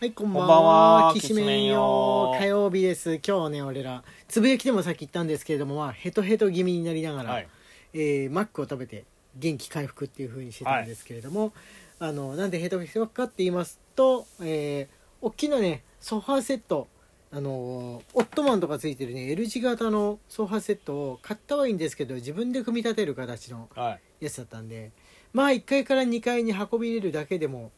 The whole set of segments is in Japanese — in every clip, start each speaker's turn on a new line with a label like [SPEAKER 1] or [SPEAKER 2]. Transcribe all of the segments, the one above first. [SPEAKER 1] はい、こんば
[SPEAKER 2] こ
[SPEAKER 1] ん
[SPEAKER 2] んばん
[SPEAKER 1] は。
[SPEAKER 2] は
[SPEAKER 1] きしめ
[SPEAKER 2] き
[SPEAKER 1] ん
[SPEAKER 2] しめん
[SPEAKER 1] よ
[SPEAKER 2] よ。
[SPEAKER 1] 火曜日です。今日ね、俺ら、つぶやきでもさっき言ったんですけれども、まあ、ヘトヘト気味になりながら、
[SPEAKER 2] はい
[SPEAKER 1] えーマックを食べて元気回復っていう風にしてたんですけれども、あの、なんでヘトヘトかって言いますと、えー、大きなね、ソファーセット、あのーオットマンとかついてるね L 字型のソファーセットを買ったはいいんですけど自分で組み立てる形の
[SPEAKER 2] はい
[SPEAKER 1] やつだったんでまあ1階から2階に運び入れるだけでも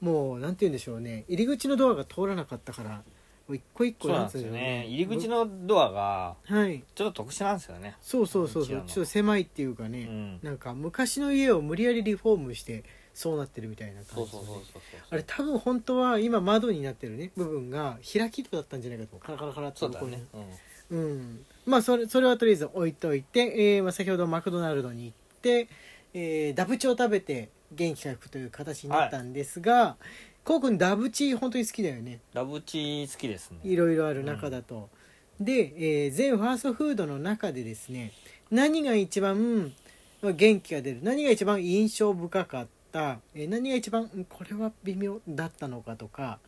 [SPEAKER 1] もうなんて言うんでしょうね入り口のドアが通らなかったからもう一個一
[SPEAKER 2] そ
[SPEAKER 1] 個
[SPEAKER 2] うなん
[SPEAKER 1] ん
[SPEAKER 2] で
[SPEAKER 1] つ
[SPEAKER 2] す
[SPEAKER 1] う
[SPEAKER 2] よ
[SPEAKER 1] の
[SPEAKER 2] ね入り口のドアが
[SPEAKER 1] はい
[SPEAKER 2] ちょっと特殊なんですよね
[SPEAKER 1] そうそうそうそう
[SPEAKER 2] こんにちはの
[SPEAKER 1] ちょっと狭いっていうか
[SPEAKER 2] う
[SPEAKER 1] ね、
[SPEAKER 2] ん
[SPEAKER 1] なんか昔の家を無理やりリフォームしてそうなってるみたいな
[SPEAKER 2] そ
[SPEAKER 1] 感
[SPEAKER 2] う
[SPEAKER 1] じ
[SPEAKER 2] そうそうそう
[SPEAKER 1] あれ多分本当は今窓になってるね部分が開き戸だったんじゃないかと思うカラカラカラって
[SPEAKER 2] そう
[SPEAKER 1] 向
[SPEAKER 2] だ
[SPEAKER 1] こうに
[SPEAKER 2] ねうん
[SPEAKER 1] うん、まあそれそれはとりあえず置いといて、えーまあ、先ほどマクドナルドに行って、えーダブチを食べて元気回復という形になったんですが、こうくんダブチ本当に好きだよね
[SPEAKER 2] ラブチ好きですね
[SPEAKER 1] いろいろある中だと、で、えー全ファーストフードの中でですね何が一番まあ元気が出る何が一番印象深かった、えー何が一番うんこれは微妙だったのかとか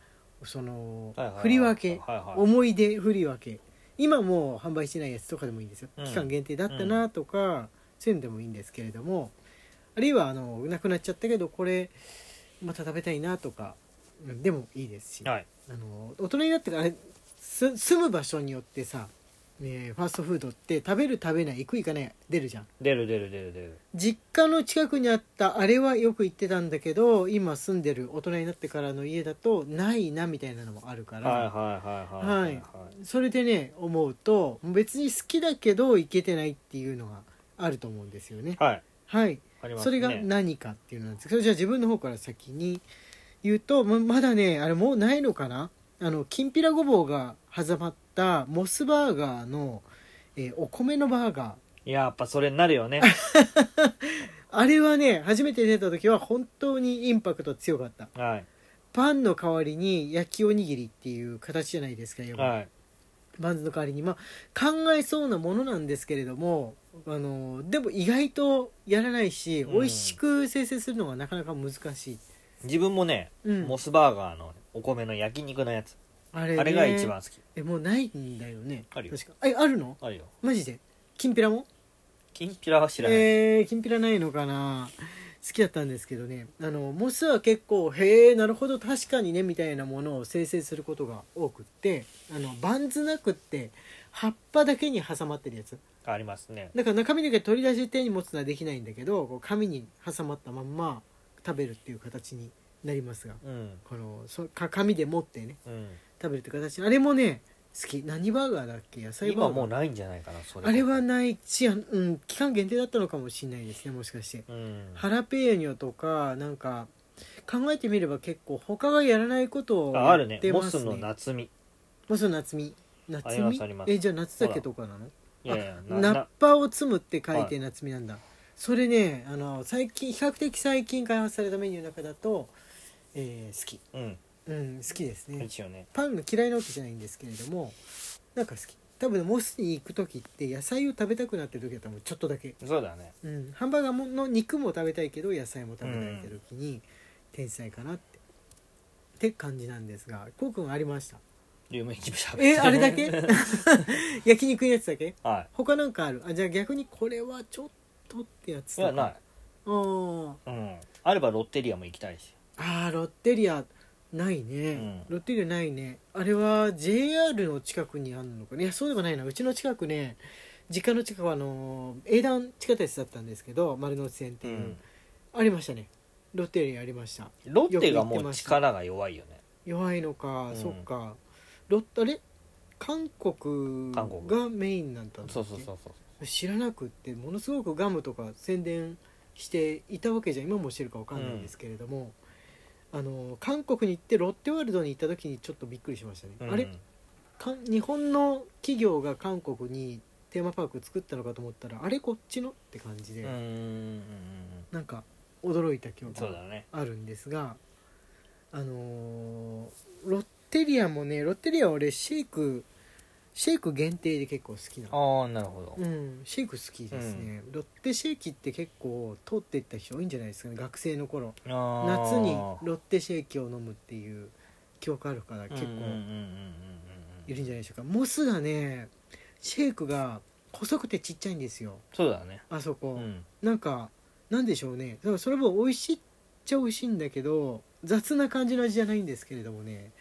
[SPEAKER 1] その、
[SPEAKER 2] はいはいはい
[SPEAKER 1] 振り分け、
[SPEAKER 2] はいはい
[SPEAKER 1] 思い出振り分け今もう販売してないやつとかでもいいんですよ、
[SPEAKER 2] うん
[SPEAKER 1] 期間限定だったなとか、そういうのでもいいんですけれどもあるいはあのなくなっちゃったけどこれまた食べたいなとかうんでもいいですし、
[SPEAKER 2] はい
[SPEAKER 1] あの大人になってからあれす住む場所によってさ、ね、ファーストフードって食べる食べない行く行かない出るじゃん
[SPEAKER 2] 出る出る出る出る
[SPEAKER 1] 実家の近くにあったあれはよく行ってたんだけど今住んでる大人になってからの家だとないなみたいなのもあるから、
[SPEAKER 2] はいはいはいはいはい
[SPEAKER 1] それでね思うと別に好きだけど行けてないっていうのがあると思うんですよね
[SPEAKER 2] はい
[SPEAKER 1] はい
[SPEAKER 2] ありますね
[SPEAKER 1] それが何かっていうのなんですけどじゃあ自分の方から先に言うとままだねあれもうないのかなあのきんぴらごぼうが挟まったモスバーガーの、えーお米のバーガー
[SPEAKER 2] いややっぱそれになるよね
[SPEAKER 1] あれはね初めて出た時は本当にインパクト強かった
[SPEAKER 2] はい
[SPEAKER 1] パンの代わりに焼きおにぎりっていう形じゃないですかよく
[SPEAKER 2] はい
[SPEAKER 1] バンズの代わりにまあ考えそうなものなんですけれどもあのでも意外とやらないし、
[SPEAKER 2] うん
[SPEAKER 1] 美味しく生成するのがなかなか難しい、
[SPEAKER 2] 自分もね
[SPEAKER 1] うん
[SPEAKER 2] モスバーガーのお米の焼肉のやつ
[SPEAKER 1] あれね
[SPEAKER 2] あれが一番好き
[SPEAKER 1] えもうないんだよね
[SPEAKER 2] あるよ
[SPEAKER 1] 確かえあるの
[SPEAKER 2] あるよ
[SPEAKER 1] マジできんぴらも
[SPEAKER 2] きんぴらは知らない
[SPEAKER 1] えー、きんぴらないのかな好きだったんですけどねあのモスは結構へえなるほど確かにねみたいなものを生成することが多くってあのバンズなくって葉っぱだけに挟まってるやつ
[SPEAKER 2] ありますね
[SPEAKER 1] だから中身だけ取り出して手に持つのはできないんだけどこう紙に挟まったまんま食べるっていう形になりますが
[SPEAKER 2] うん
[SPEAKER 1] このそか紙で持ってね
[SPEAKER 2] うん
[SPEAKER 1] 食べるって形あれもね好き何バーガーだっけ野菜バーガー
[SPEAKER 2] 今もうないんじゃないかなそれ
[SPEAKER 1] あれはないし、あうん、期間限定だったのかもしれないですねもしかして
[SPEAKER 2] うん
[SPEAKER 1] ハラペーニョとかなんか考えてみれば結構他がやらないことを
[SPEAKER 2] ああ
[SPEAKER 1] や
[SPEAKER 2] る
[SPEAKER 1] っ
[SPEAKER 2] ね
[SPEAKER 1] て
[SPEAKER 2] モ
[SPEAKER 1] ます
[SPEAKER 2] ス
[SPEAKER 1] ね
[SPEAKER 2] の夏美い
[SPEAKER 1] モスの夏美夏
[SPEAKER 2] ありますあり
[SPEAKER 1] 美
[SPEAKER 2] ます
[SPEAKER 1] えじゃあ夏だけとかなの
[SPEAKER 2] やいや
[SPEAKER 1] ナ
[SPEAKER 2] な
[SPEAKER 1] ッ
[SPEAKER 2] な
[SPEAKER 1] パを摘むって書い
[SPEAKER 2] は
[SPEAKER 1] て
[SPEAKER 2] い
[SPEAKER 1] 夏みなんだ、それねあの最近比較的最近開発されたメニューの中だと、えー好き
[SPEAKER 2] うん
[SPEAKER 1] うん好きですね、
[SPEAKER 2] 一応ね
[SPEAKER 1] パンが嫌いなわけじゃないんですけれどもなんか好き多分モスに行く時って野菜を食べたくなってる時だともうちょっとだけ、
[SPEAKER 2] そうだね
[SPEAKER 1] うん、ハンバーガーもの肉も食べたいけど野菜も食べたいって時に、天才かなってって感じなんですがこうくんありました
[SPEAKER 2] 有名人喋ってる
[SPEAKER 1] えあれだけ 焼肉のやつだけ
[SPEAKER 2] は
[SPEAKER 1] 他なんかあるあじゃあ逆にこれはちょっとってやつ
[SPEAKER 2] いい
[SPEAKER 1] とか
[SPEAKER 2] やない
[SPEAKER 1] あー
[SPEAKER 2] うんあればロッテリアも行きたいし
[SPEAKER 1] あーロッテリアないね、
[SPEAKER 2] うん
[SPEAKER 1] ロッテリアないねあれは JR の近くにあるのかねいやそうでもないなうちの近くね実家の近くはあのー営団地下鉄だったんですけど丸の内線っていう、ありましたねロッテリアありました
[SPEAKER 2] ロッテがもう力が弱いよね
[SPEAKER 1] 弱いのか、
[SPEAKER 2] うん
[SPEAKER 1] そっかロッあれ韓国
[SPEAKER 2] 韓国
[SPEAKER 1] がメインなんだったんだっけ
[SPEAKER 2] そうそうそうそう
[SPEAKER 1] 知らなくってものすごくガムとか宣伝していたわけじゃ今もしてるかわかんないんですけれども、あの韓国に行ってロッテワールドに行った時にちょっとびっくりしましたね、
[SPEAKER 2] うん
[SPEAKER 1] あれか日本の企業が韓国にテーマパーク作ったのかと思ったらあれこっちのって感じ
[SPEAKER 2] う
[SPEAKER 1] で、
[SPEAKER 2] んうんうん
[SPEAKER 1] なんか驚いた記
[SPEAKER 2] うん
[SPEAKER 1] 憶
[SPEAKER 2] そう
[SPEAKER 1] が
[SPEAKER 2] だね
[SPEAKER 1] あるんですがあのーロッテリアもねロッテリア俺シェイクシェイク限定で結構好きなの
[SPEAKER 2] ああなるほど
[SPEAKER 1] うん、シェイク好きですね、ロッテシェイキって結構通っていった人多いんじゃないですかね学生の頃
[SPEAKER 2] 夏
[SPEAKER 1] 夏にロッテシェイキを飲むっていう記憶あるから結構
[SPEAKER 2] うんうんうんうんうん
[SPEAKER 1] いるんじゃないでしょうか、モスがねシェイクが細くてちっちゃいんですよ
[SPEAKER 2] そうだね
[SPEAKER 1] あそこ、
[SPEAKER 2] うん
[SPEAKER 1] なんかなんでしょうねだからそれも美味しいっちゃ美味しいんだけど雑な感じの味じゃないんですけれどもね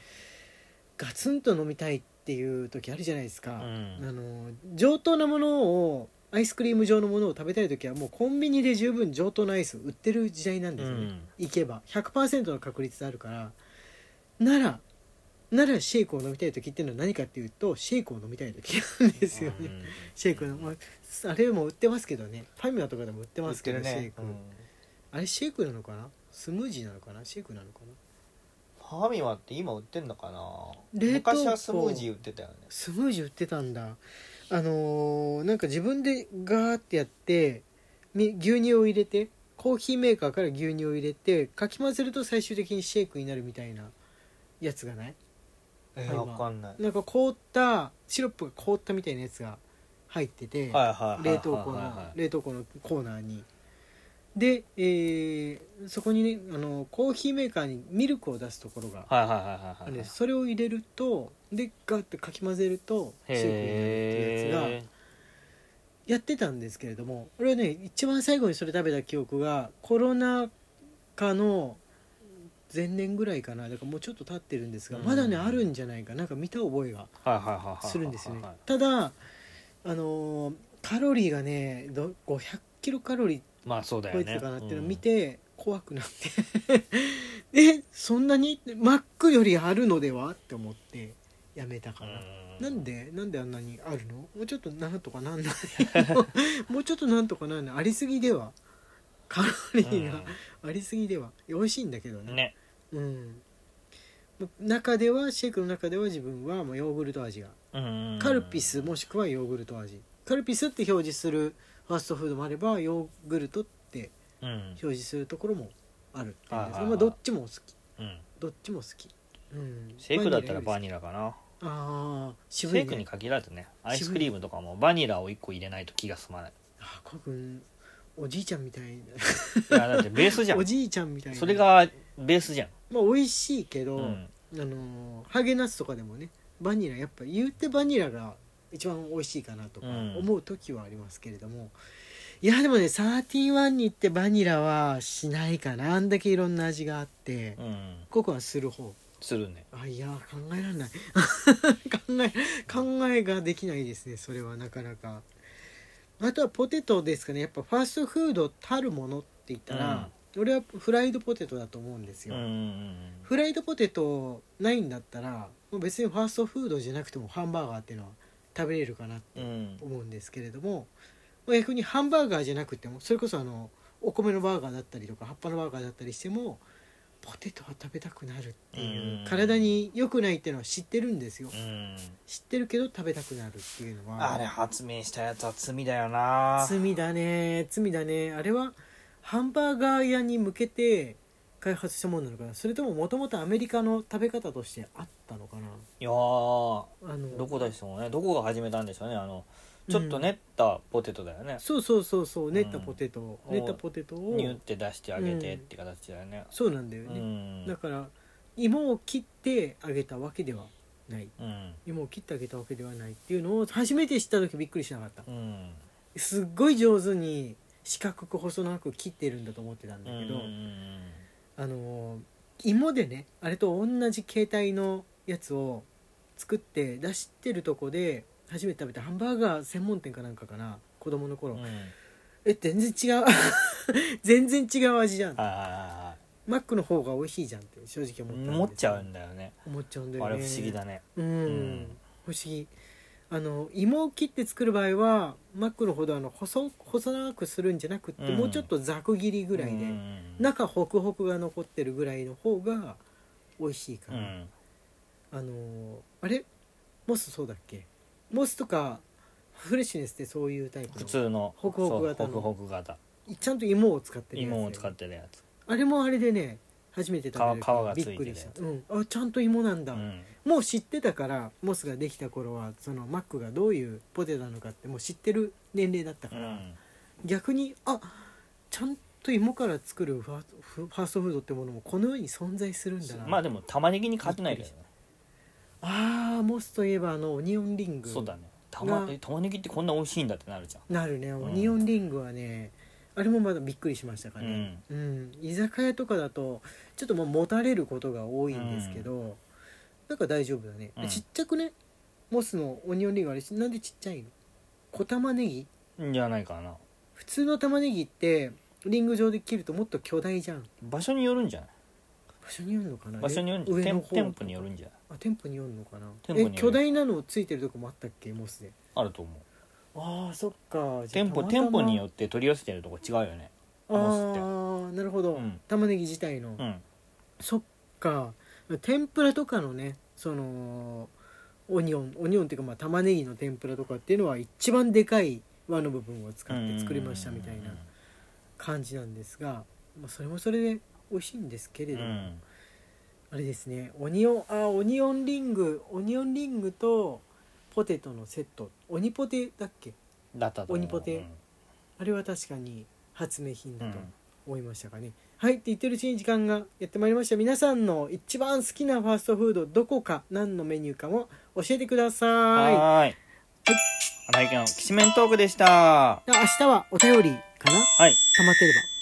[SPEAKER 1] ガツンと飲みたいっていう時あるじゃないです
[SPEAKER 2] う
[SPEAKER 1] か、あ
[SPEAKER 2] ん
[SPEAKER 1] の上等なものをアイスクリーム状のものを食べたい時はもうコンビニで十分上等なアイス売ってる時代なんですよね、行けば100%の確率であるからならならシェイクを飲みたい時っていうのは何かっていうとシェイクを飲みたい時なんですよね、
[SPEAKER 2] うん
[SPEAKER 1] シェイクの、まあ、あれも売ってますけどねファミマとかでも売ってますけど、
[SPEAKER 2] 売ってる
[SPEAKER 1] シェイ
[SPEAKER 2] ね
[SPEAKER 1] ク、
[SPEAKER 2] うん
[SPEAKER 1] あれシェイクなのかなスムージーなのかなシェイクなのかな
[SPEAKER 2] ファミマって今売ってんのかな
[SPEAKER 1] 冷凍庫
[SPEAKER 2] 昔はスムージー売ってたよね
[SPEAKER 1] スムージー売ってたんだあのーなんか自分でガーってやってみ牛乳を入れてコーヒーメーカーから牛乳を入れてかき混ぜると最終的にシェイクになるみたいなやつがない
[SPEAKER 2] え
[SPEAKER 1] ファミマ
[SPEAKER 2] 分かんない
[SPEAKER 1] なんか凍ったシロップが凍ったみたいなやつが入ってて、
[SPEAKER 2] はいはいはいはいはい
[SPEAKER 1] 冷凍庫の冷凍庫のコーナーにで、えーそこにねあのコーヒーメーカーにミルクを出すところが
[SPEAKER 2] はいはいはい
[SPEAKER 1] あ
[SPEAKER 2] はい
[SPEAKER 1] るんで
[SPEAKER 2] はい
[SPEAKER 1] すそれを入れるとでガッてかき混ぜるとシェイクになるっていうやつが
[SPEAKER 2] へ
[SPEAKER 1] やってたんですけれども俺はね一番最後にそれ食べた記憶がコロナ禍の前年ぐらいかなだからもうちょっと経ってるんですが、
[SPEAKER 2] うん
[SPEAKER 1] まだねあるんじゃないかなんか見た覚えが
[SPEAKER 2] ーはいはいはいはい
[SPEAKER 1] するんですよね
[SPEAKER 2] はいはい
[SPEAKER 1] ただあのーカロリーがねど500キロカロリー
[SPEAKER 2] まあそうだ
[SPEAKER 1] 超
[SPEAKER 2] よ
[SPEAKER 1] えて
[SPEAKER 2] ね
[SPEAKER 1] たかなっていうのを見て怖くなって えそんなにマックよりあるのではって思ってやめたかな、なん
[SPEAKER 2] で
[SPEAKER 1] でなんであんなにあるのもうちょっとなんとかなんない のもうちょっとなんとかなんないありすぎではカロリーがありすぎでは美味しいんだけどね
[SPEAKER 2] ね
[SPEAKER 1] うん中ではシェイクの中では自分はもうヨーグルト味が
[SPEAKER 2] うん
[SPEAKER 1] カルピスもしくはヨーグルト味カルピスって表示するファストフードもあればヨーグルトって
[SPEAKER 2] うん
[SPEAKER 1] 表示するところもあるっていうん
[SPEAKER 2] はいは
[SPEAKER 1] です
[SPEAKER 2] いはい
[SPEAKER 1] まあどっちも好き
[SPEAKER 2] うん
[SPEAKER 1] どっちも好き、うん、
[SPEAKER 2] シェイクだったらバ
[SPEAKER 1] ニ
[SPEAKER 2] ニラかな
[SPEAKER 1] ラああ
[SPEAKER 2] シ
[SPEAKER 1] 渋
[SPEAKER 2] ェ
[SPEAKER 1] い、
[SPEAKER 2] イク
[SPEAKER 1] ね
[SPEAKER 2] に、限らずねアイスクリームとかもバニラを1個入れないと気が済 まない
[SPEAKER 1] ああこうくんおじいちゃんみたい
[SPEAKER 2] いやだってベースじ
[SPEAKER 1] な
[SPEAKER 2] ゃん
[SPEAKER 1] おじいちゃんみたいな
[SPEAKER 2] それがベースじゃん
[SPEAKER 1] まあ美味しいけど、
[SPEAKER 2] うん
[SPEAKER 1] あのーハーゲナッツとかでもねバニラやっぱ言うてバニラが一番美味しいかなとか
[SPEAKER 2] うん
[SPEAKER 1] 思う時はありますけれども、いやでもねサーティワンに行ってバニラはしないかなあんだけいろんな味があって、
[SPEAKER 2] うん
[SPEAKER 1] ココアする方
[SPEAKER 2] するね
[SPEAKER 1] あいや考えられない 考え考えができないですねそれはなかなかあとはポテトですかねやっぱファーストフードたるものって言ったら、俺はフライドポテトだと思うんです
[SPEAKER 2] うん
[SPEAKER 1] よ、
[SPEAKER 2] うん
[SPEAKER 1] フライドポテトないんだったらもう別にファーストフードじゃなくてもハンバーガーっていうのは食べれるかなって
[SPEAKER 2] うんうん
[SPEAKER 1] 思うんですけれどもまあ逆にハンバーガーじゃなくてもそれこそあのお米のバーガーだったりとか葉っぱのバーガーだったりしてもポテトは食べたくなるっていう
[SPEAKER 2] うん
[SPEAKER 1] 体に良くないっていうのは知ってるんですよ
[SPEAKER 2] うん
[SPEAKER 1] 知ってるけど食べたくなるっていうの
[SPEAKER 2] あれ
[SPEAKER 1] は
[SPEAKER 2] 発明したやつは罪だよな
[SPEAKER 1] 罪だね罪だねあれはハンバーガー屋に向けて開発したものなのかなそれとももともとアメリカの食べ方としてあったのかない
[SPEAKER 2] やー
[SPEAKER 1] あの
[SPEAKER 2] どこでしょうねどこが始めたんでしょうねあのちょっと練ったポテトだよね、
[SPEAKER 1] そうそうそうそう練ったポテト、
[SPEAKER 2] うん
[SPEAKER 1] 練ったポテトを
[SPEAKER 2] ニュって出してあげてって形だよね
[SPEAKER 1] そうなんだよ
[SPEAKER 2] う
[SPEAKER 1] ね、
[SPEAKER 2] ん
[SPEAKER 1] だから芋を切ってあげたわけではない
[SPEAKER 2] うん
[SPEAKER 1] 芋を切ってあげたわけではないっていうのを初めて知った時びっくりしなかった
[SPEAKER 2] うん
[SPEAKER 1] すっごい上手に四角く細長く切ってるんだと思ってたんだ
[SPEAKER 2] うん
[SPEAKER 1] け
[SPEAKER 2] う
[SPEAKER 1] ど、
[SPEAKER 2] ん
[SPEAKER 1] あのー芋でねあれと同じ形態のやつを作って出してるとこで初めて食べたハンバーガー専門店かなんかかな子供の頃、
[SPEAKER 2] うん
[SPEAKER 1] え全然違う 全然違う味じゃん
[SPEAKER 2] あ
[SPEAKER 1] マックの方が美味しいじゃんって正直
[SPEAKER 2] あ
[SPEAKER 1] 思ったんです
[SPEAKER 2] 持っちゃうんだよね
[SPEAKER 1] 思っちゃうんだよ
[SPEAKER 2] あ
[SPEAKER 1] ね
[SPEAKER 2] れ不思議だね
[SPEAKER 1] うん、
[SPEAKER 2] ん
[SPEAKER 1] 不思議あの芋を切って作る場合はマックのほどあの細細長くするんじゃなくって、
[SPEAKER 2] うん
[SPEAKER 1] もうちょっとざく切りぐらい
[SPEAKER 2] う
[SPEAKER 1] で、
[SPEAKER 2] ん
[SPEAKER 1] 中ホクホクが残ってるぐらいの方が美味しいか
[SPEAKER 2] う
[SPEAKER 1] ら、
[SPEAKER 2] ん
[SPEAKER 1] あのーあれモスそうだっけモスとかフレッシュネスってそういうタイプ
[SPEAKER 2] 普
[SPEAKER 1] の
[SPEAKER 2] 通の
[SPEAKER 1] ホクホク型
[SPEAKER 2] そう
[SPEAKER 1] の
[SPEAKER 2] ホクホク型
[SPEAKER 1] ちゃんと芋を使ってるやつ
[SPEAKER 2] 芋を使ってるやつ
[SPEAKER 1] あれもあれでね初めて食べる
[SPEAKER 2] 皮皮がついてる
[SPEAKER 1] びっくりした、うん、あちゃんと芋なんだ、
[SPEAKER 2] うん
[SPEAKER 1] もう知ってたからモスができた頃はそのマックがどういうポテトなのかってもう知ってる年齢だった
[SPEAKER 2] う
[SPEAKER 1] から、
[SPEAKER 2] ん
[SPEAKER 1] 逆にあちゃんと芋から作るファフファーストフードってものもこの世に存在するんだな、
[SPEAKER 2] まあでも玉ねぎに勝てないけどね
[SPEAKER 1] あーモスといえばあのオニオンリング
[SPEAKER 2] そうだね玉
[SPEAKER 1] な
[SPEAKER 2] え玉ねぎってこんな美味しいんだってなるじ
[SPEAKER 1] なるね
[SPEAKER 2] ん
[SPEAKER 1] オニオンリングはね、あれもまだびっくりしました
[SPEAKER 2] ゃ
[SPEAKER 1] か
[SPEAKER 2] ん、う
[SPEAKER 1] ね、
[SPEAKER 2] ん、
[SPEAKER 1] うん居酒屋とかだとちょっともう持たれることが多いんですけど、なんか大丈夫だね、で
[SPEAKER 2] うん
[SPEAKER 1] ちっちゃくねモスのオニオンリングあれなんでちっちゃいの小玉ねぎ
[SPEAKER 2] じゃないかな
[SPEAKER 1] 普通の玉ねぎってリング状で切るともっと巨大じゃん
[SPEAKER 2] 場所によるんじゃない
[SPEAKER 1] 場所によるのかな
[SPEAKER 2] 場所によるんじゃな
[SPEAKER 1] 上
[SPEAKER 2] い
[SPEAKER 1] の
[SPEAKER 2] 店
[SPEAKER 1] 方
[SPEAKER 2] 店舗によるんじゃない
[SPEAKER 1] あ店舗によるのかな
[SPEAKER 2] 店舗によ
[SPEAKER 1] え
[SPEAKER 2] る
[SPEAKER 1] 巨大なのついてるとこもあったっけモスで
[SPEAKER 2] あると思う
[SPEAKER 1] ああそっかじゃあ
[SPEAKER 2] 店舗
[SPEAKER 1] たまたま
[SPEAKER 2] 店舗によって取り寄せてるとこ違うよねモスって
[SPEAKER 1] ああなるほど、
[SPEAKER 2] うん
[SPEAKER 1] 玉ねぎ自体の、
[SPEAKER 2] うん
[SPEAKER 1] そっか天ぷらとかのねそのオニオンオニオンっていうかまあ玉ねぎの天ぷらとかっていうのは一番でかい輪の部分を使って作りましたみたいな感じなんですが、まあ、それもそれで美味しいんですけ
[SPEAKER 2] う
[SPEAKER 1] れ
[SPEAKER 2] ん
[SPEAKER 1] ど
[SPEAKER 2] う
[SPEAKER 1] も、
[SPEAKER 2] ん
[SPEAKER 1] あれですねオニオンあオニオンリングオニオンリングとポテトのセットオニポテだっけ
[SPEAKER 2] だったと思う
[SPEAKER 1] 鬼ポテあれは確かに発明品だと思いましたかね、はいって言ってるうちに時間がやってまいりました皆さんの一番好きなファーストフードどこか何のメニューかも教えてくだ
[SPEAKER 2] うん
[SPEAKER 1] さいあ
[SPEAKER 2] はーい荒井家のきしめんトークでしたは
[SPEAKER 1] 明日はお便りかないたまってれば